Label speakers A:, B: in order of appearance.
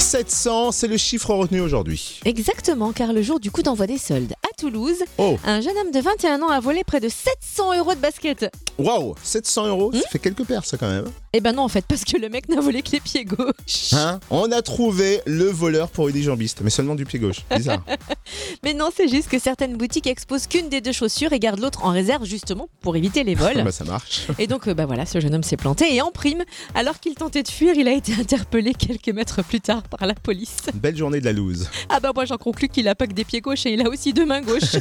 A: 700, c'est le chiffre retenu aujourd'hui.
B: Exactement, car le jour du coup d'envoi des soldes à Toulouse,
A: Oh,
B: un jeune homme de 21 ans a volé près de 700 euros de basket.
A: waouh, 700 euros, ça fait quelques paires ça quand même.
B: Eh ben non, en fait, parce que le mec n'a volé que les pieds gauches.
A: Hein On a trouvé le voleur pour une jambiste, mais seulement du pied gauche. Bizarre.
B: Mais non, c'est juste que certaines boutiques exposent qu'une des deux chaussures et gardent l'autre en réserve justement pour éviter les vols.
A: bah, ça marche.
B: Et donc, euh, bah voilà, ce jeune homme s'est planté et en prime, alors qu'il tentait de fuir, il a été interpellé quelques mètres plus tard par la police.
A: Une belle journée de la loose.
B: Ah bah moi j'en conclus qu'il a pas que des pieds gauches et il a aussi deux mains gauches.